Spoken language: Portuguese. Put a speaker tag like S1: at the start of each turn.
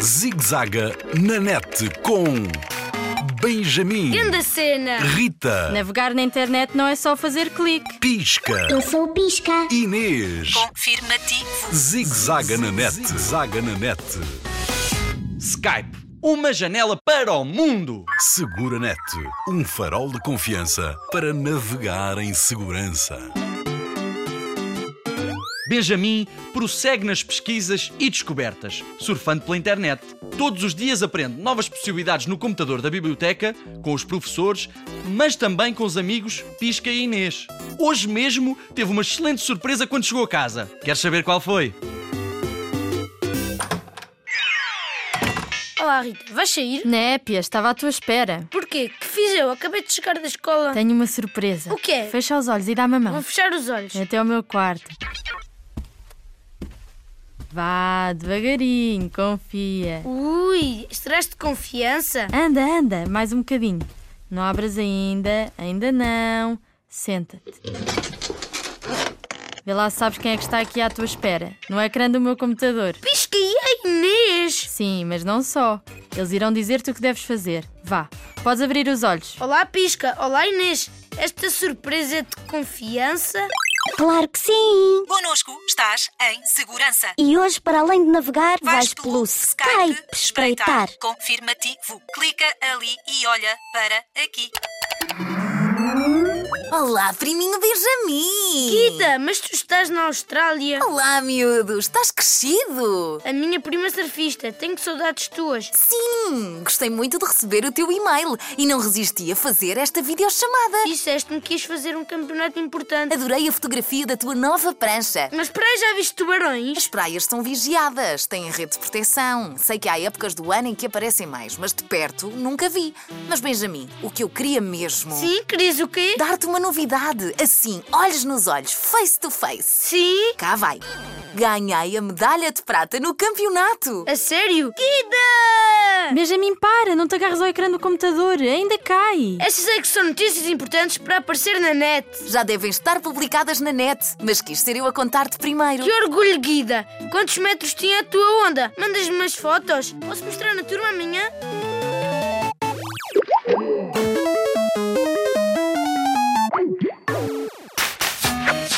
S1: Zigzaga na net com Benjamin,
S2: Grande cena!
S1: Rita,
S3: Navegar na internet não é só fazer clique.
S1: Pisca,
S4: Eu sou o Pisca.
S1: Inês.
S5: Confirmativo.
S1: Zigzaga na net, zaga na net.
S6: Skype. Uma janela para o mundo.
S1: Segura net, um farol de confiança para navegar em segurança.
S6: Benjamin prossegue nas pesquisas e descobertas, surfando pela internet. Todos os dias aprende novas possibilidades no computador da biblioteca, com os professores, mas também com os amigos Pisca e Inês. Hoje mesmo teve uma excelente surpresa quando chegou a casa. Queres saber qual foi?
S2: Olá, Rita, vais sair?
S3: Népia, estava à tua espera.
S2: Porquê? Que fiz eu? Acabei de chegar da escola.
S3: Tenho uma surpresa.
S2: O quê?
S3: Fecha os olhos e dá-me a
S2: Vou
S3: mão. É
S2: fechar os olhos.
S3: Até ao meu quarto. Vá, devagarinho, confia.
S2: Ui, estresse de confiança?
S3: Anda, anda, mais um bocadinho. Não abras ainda, ainda não. Senta-te. Vê lá se sabes quem é que está aqui à tua espera. No ecrã do meu computador.
S2: Pisca e a Inês!
S3: Sim, mas não só. Eles irão dizer-te o que deves fazer. Vá, podes abrir os olhos.
S2: Olá, Pisca. Olá, Inês. Esta surpresa é de confiança?
S4: Claro que sim!
S5: Conosco estás em segurança.
S4: E hoje, para além de navegar, vais, pelo Skype espreitar.
S5: Confirmativo. Clica ali e olha para aqui.
S7: Olá, priminho Benjamin!
S2: Rita, mas tu estás na Austrália?
S7: Olá, miúdo! Estás crescido?
S2: A minha prima surfista, tenho saudades tuas.
S7: Sim! Gostei muito de receber o teu e-mail e não resisti a fazer esta videochamada.
S2: Disseste-me que ias fazer um campeonato importante.
S7: Adorei a fotografia da tua nova prancha.
S2: Mas para aí já viste tubarões?
S7: As praias são vigiadas, têm rede de proteção. Sei que há épocas do ano em que aparecem mais, mas de perto nunca vi. Mas Benjamin, o que eu queria mesmo...
S2: Sim, querias o quê?
S7: Dar-te uma novidade, assim, olhos nos olhos, face to face.
S2: Sim?
S7: Cá vai. Ganhei a medalha de prata no campeonato.
S2: A sério? Guida!
S3: Benjamin, para, não te agarres ao ecrã do computador, ainda cai.
S2: Essas é que são notícias importantes para aparecer na net.
S7: já devem estar publicadas na net, mas quis ser eu a contar-te primeiro.
S2: Que orgulho, Guida! Quantos metros tinha a tua onda? Mandas-me umas fotos? Posso mostrar na turma amanhã?